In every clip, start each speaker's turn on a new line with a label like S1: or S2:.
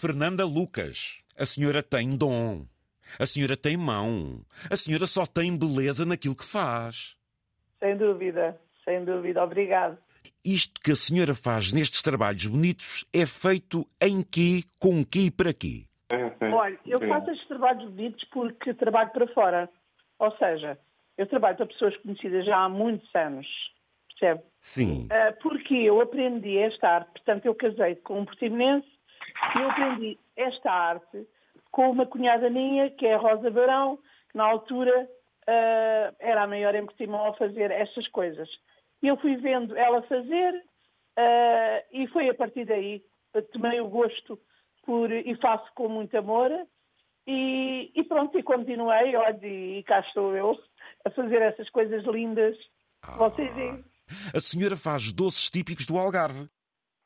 S1: Fernanda Lucas, a senhora tem dom. A senhora tem mão. A senhora só tem beleza naquilo que faz.
S2: Sem dúvida, sem dúvida. Obrigado.
S1: Isto que a senhora faz nestes trabalhos bonitos é feito em quê, com quê e para quê?
S2: Olha, eu faço estes trabalhos bonitos porque trabalho para fora. Ou seja, eu trabalho para pessoas conhecidas já há muitos anos. Percebe?
S1: Sim.
S2: Ah, porque eu aprendi esta arte. Portanto, eu casei com um portimonense e eu aprendi esta arte com uma cunhada minha, que é a Rosa Barão, que na altura ah, era a maior em Portimão a fazer estas coisas. E eu fui vendo ela fazer ah, e foi a partir daí que tomei o gosto por, e faço com muito amor. E, e pronto, e continuei, olha, e cá estou eu a fazer essas coisas lindas. Vocês veem.
S1: A senhora faz doces típicos do Algarve.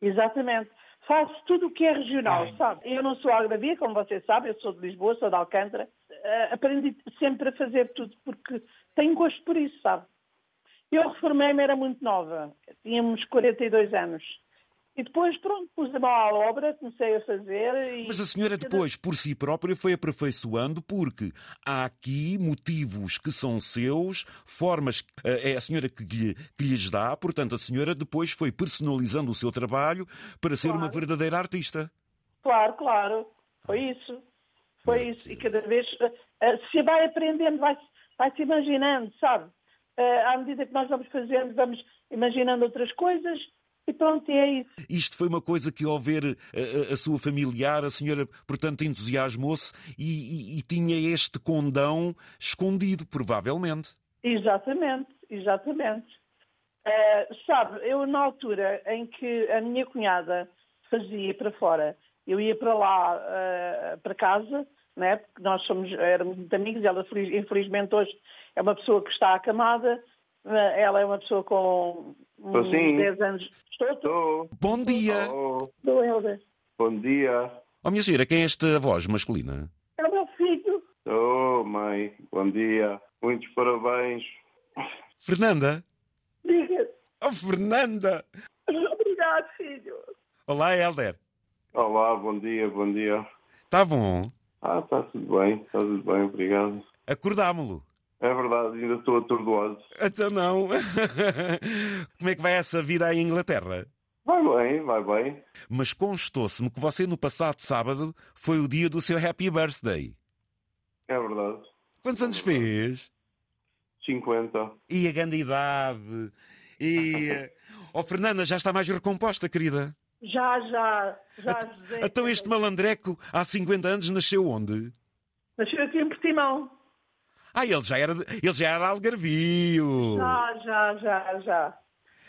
S2: Exatamente. Faço tudo o que é regional, sabe? Eu não sou algarvia, como vocês sabem, eu sou de Lisboa, sou de Alcântara. Ah, aprendi sempre a fazer tudo, porque tenho gosto por isso, sabe? Eu reformei-me, era muito nova, tínhamos 42 anos. E depois, pronto, pus a mão à obra, comecei a fazer. E...
S1: Mas a senhora depois, por si própria, foi aperfeiçoando porque há aqui motivos que são seus, formas eh, é a senhora que, lhe- que lhes dá, portanto a senhora depois foi personalizando o seu trabalho para ser uma
S2: Claro.
S1: verdadeira artista.
S2: Claro, claro. Foi isso. Foi
S1: Meu
S2: isso. E cada vez eh, eh, se vai aprendendo, vai, vai se imaginando, sabe? Eh, à medida que nós vamos fazendo, vamos imaginando outras coisas e pronto, e é isso.
S1: Isto foi uma coisa que, ao ver eh, a, a sua familiar, a senhora, portanto, entusiasmou-se e, e- e tinha este condão escondido, provavelmente.
S2: Exatamente, exatamente. Eh, sabe, eu na altura em que a minha cunhada fazia para fora, eu ia para lá, eh, para casa, né? porque nós somos, éramos muito amigos, ela feliz- infelizmente hoje é uma pessoa que está acamada, eh, ela é uma pessoa com
S3: Estou sim.
S2: 10 anos. Então Estou, estou,
S3: Estou.
S1: Bom dia!
S3: Alô.
S2: estou Helder.
S3: Bom dia.
S1: Oh, minha senhora, quem é esta voz masculina?
S2: É o meu filho.
S3: Estou, mãe. Bom dia. Muitos parabéns.
S1: Fernanda?
S2: Diga,
S1: Oh, Fernanda!
S2: obrigado, filho.
S1: Olá, Helder.
S3: Olá, bom dia, bom dia.
S1: Está Tá bom.
S3: Ah, está tudo bem, está tudo bem, obrigado.
S1: Acordámo-lo.
S3: É verdade, ainda estou atordoado.
S1: Então não. Como é que vai essa vida aí em Inglaterra?
S3: Vai bem, vai bem.
S1: Mas constou-se-me que você, no passado sábado, foi o dia do seu happy birthday.
S3: É verdade.
S1: Quantos anos fez?
S3: 50.
S1: E a grande idade. E. Oh, Fernanda, já está mais recomposta, querida.
S2: Já, já, já, José.
S1: Então este malandreco, há 50 anos, nasceu onde?
S2: Nasceu aqui em Portimão.
S1: Ah, ele já era, de- ele já era algarvio.
S2: Já, já, já, já.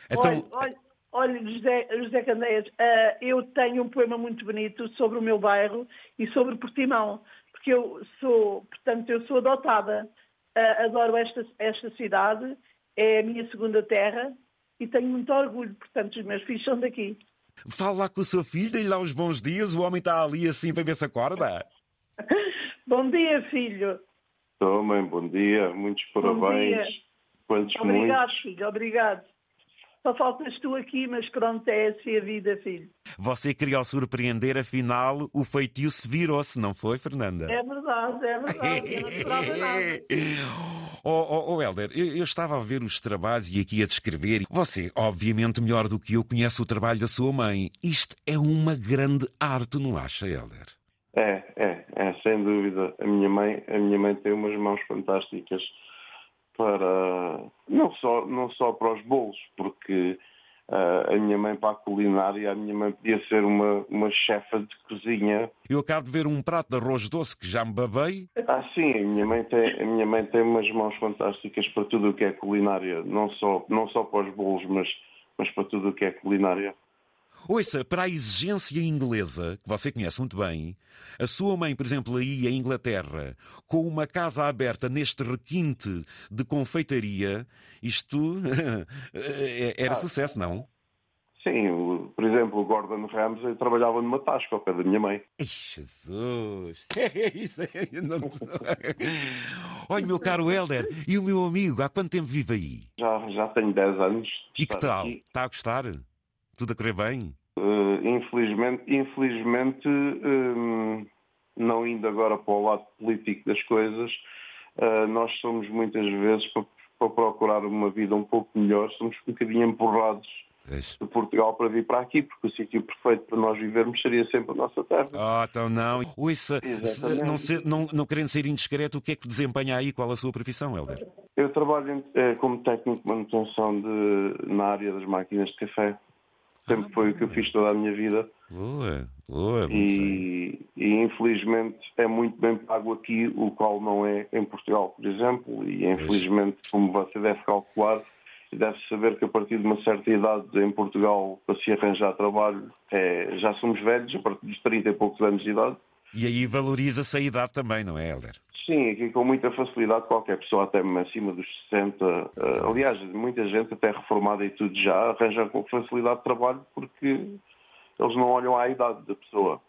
S1: Então,
S2: Ah, Olha, olha, olha, José, José Candeias, eh, eu tenho um poema muito bonito sobre o meu bairro e sobre Portimão, porque eu sou, portanto, eu sou adotada. Eh, adoro esta, esta cidade, é a minha segunda terra e tenho muito orgulho, portanto, os meus filhos são daqui.
S1: fala lá com o seu filho, dê-lhe lá uns bons dias. O homem está ali assim para ver se acorda.
S2: Bom dia, filho.
S3: Estou, mãe, bom dia. Muitos parabéns.
S2: dia.
S3: Quantos
S2: Obrigado,
S3: muitos.
S2: filho, obrigado. Só faltas tu aqui, mas pronto, é assim a vida, filho.
S1: Você queria o surpreender, afinal, o feitiço virou-se, não foi, Fernanda?
S2: É verdade, é verdade. Eu não esperava nada.
S1: Oh, oh, oh, Helder, eu, eu estava a ver os trabalhos e aqui a descrever. Você, obviamente, melhor do que eu, conhece o trabalho da sua mãe. Isto é uma grande arte, não acha, Helder?
S3: É, é, é, sem dúvida. A minha mãe, a minha mãe tem umas mãos fantásticas para não só, não só para os bolos, porque ah, a minha mãe para a culinária, a minha mãe podia ser uma, uma chefa de cozinha.
S1: Eu acabo de ver um prato de arroz doce que já me babei.
S3: Ah, sim, a minha mãe tem, a minha mãe tem umas mãos fantásticas para tudo o que é culinária, não só, não só para os bolos, mas, mas para tudo o que é culinária.
S1: Ouça, para a exigência inglesa, que você conhece muito bem, a sua mãe, por exemplo, aí em Inglaterra, com uma casa aberta neste requinte de confeitaria, isto é- era sucesso, não?
S3: Sim, o- por exemplo, o Gordon Ramsay trabalhava numa tasca ao pé da minha mãe.
S1: Ai, Jesus! Isso é- eu não- Olha, meu caro Helder, e o meu amigo, há quanto tempo vive aí?
S3: Já, já tenho 10 anos. de
S1: E que
S3: estar
S1: tal?
S3: aqui.
S1: Está a gostar? Tudo a correr bem?
S3: Uh, infelizmente, infelizmente um, não indo agora para o lado político das coisas, uh, nós somos muitas vezes, para, para, procurar uma vida um pouco melhor, somos um bocadinho empurrados
S1: Pois.
S3: de Portugal para vir para aqui, porque o sítio perfeito para nós vivermos seria sempre a nossa terra.
S1: Ah, então não. Ouça, se-
S3: Exatamente.
S1: não, se- não- não querendo ser indiscreto, o que é que desempenha aí? Qual a sua profissão, Helder?
S3: Eu trabalho em- eh, como técnico de manutenção de- na área das máquinas de café. Sempre foi o que eu fiz toda a minha vida
S1: Boa, boa. muito bem.
S3: e, e, infelizmente é muito bem pago aqui, o qual não é em Portugal, por exemplo, e infelizmente, como você deve calcular, e deve saber que a partir de uma certa idade em Portugal, para se arranjar trabalho, é- já somos velhos, a partir dos 30 e poucos anos de idade,
S1: E aí valoriza-se a idade também, não é, Helder?
S3: Sim, aqui com muita facilidade qualquer pessoa, até mesmo acima dos 60, eh, aliás, muita gente até reformada e tudo já, arranja com facilidade trabalho porque eles não olham à idade da pessoa.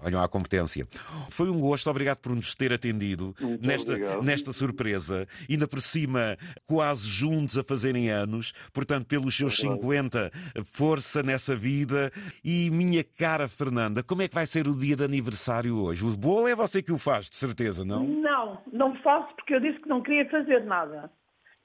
S1: Olham à competência. Foi um gosto, obrigado por nos ter atendido
S3: Muito
S1: nesta,
S3: obrigado.
S1: nesta surpresa. Ainda por cima, quase juntos a fazerem anos, portanto, pelos seus 50, força nessa vida. E minha cara Fernanda, como é que vai ser o dia de aniversário hoje? O bolo é você que o faz, de certeza, não?
S2: Não, não faço porque eu disse que não queria fazer nada.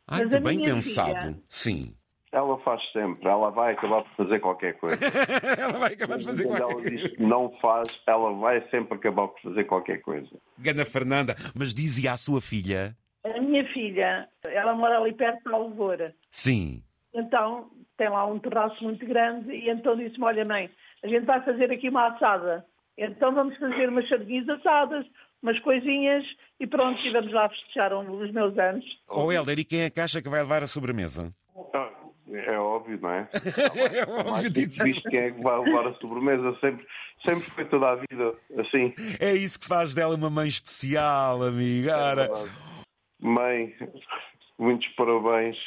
S1: Ah,
S2: Mas
S1: que
S2: a
S1: bem
S2: minha
S1: pensado.
S2: filha-
S1: Sim.
S3: Ela faz sempre, ela vai acabar por fazer qualquer coisa.
S1: Ela vai acabar de fazer
S3: Quando
S1: qualquer
S3: ela diz que não faz, ela vai sempre acabar por fazer qualquer coisa.
S1: Gana Fernanda, mas dizia à sua filha:
S2: A minha filha, ela mora ali perto da Alvoura.
S1: sim,
S2: Então, tem lá um terraço muito grande e então disse-me, olha mãe, a gente vai fazer aqui uma assada. Então vamos fazer umas sardinhas assadas, umas coisinhas e pronto, e vamos lá festejar um- os meus anos.
S1: ou Helder, e quem é que acha que vai levar a sobremesa?
S3: Ah, É óbvio, não é?
S1: É óbvio dizer.
S3: Visto quem é que vai levar a sobremesa, sempre, sempre foi toda a vida assim.
S1: É isso que faz dela uma mãe especial, amiga. Ora,
S3: Mãe, muitos parabéns.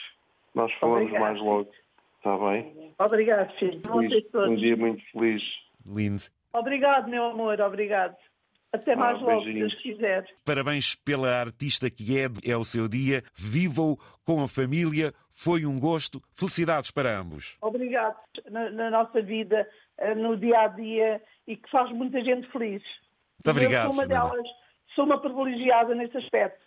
S3: Nós falamos
S2: Obrigada.
S3: mais logo. Está bem?
S2: Obrigado, filho. Não sei se
S3: Um
S2: todos.
S3: dia muito feliz.
S1: lindo.
S2: Obrigado, meu amor, obrigado. Até mais logo, se
S3: beijinhos.
S2: Deus quiser.
S1: Parabéns pela artista que é, é o seu dia. Viva-o com a família. Foi um gosto. Felicidades para ambos.
S2: Obrigado na, na nossa vida, eh, no dia a dia e que faz muita gente feliz.
S1: Muito obrigado,
S2: Eu sou uma
S1: Fernanda.
S2: delas, sou uma privilegiada nesse aspecto.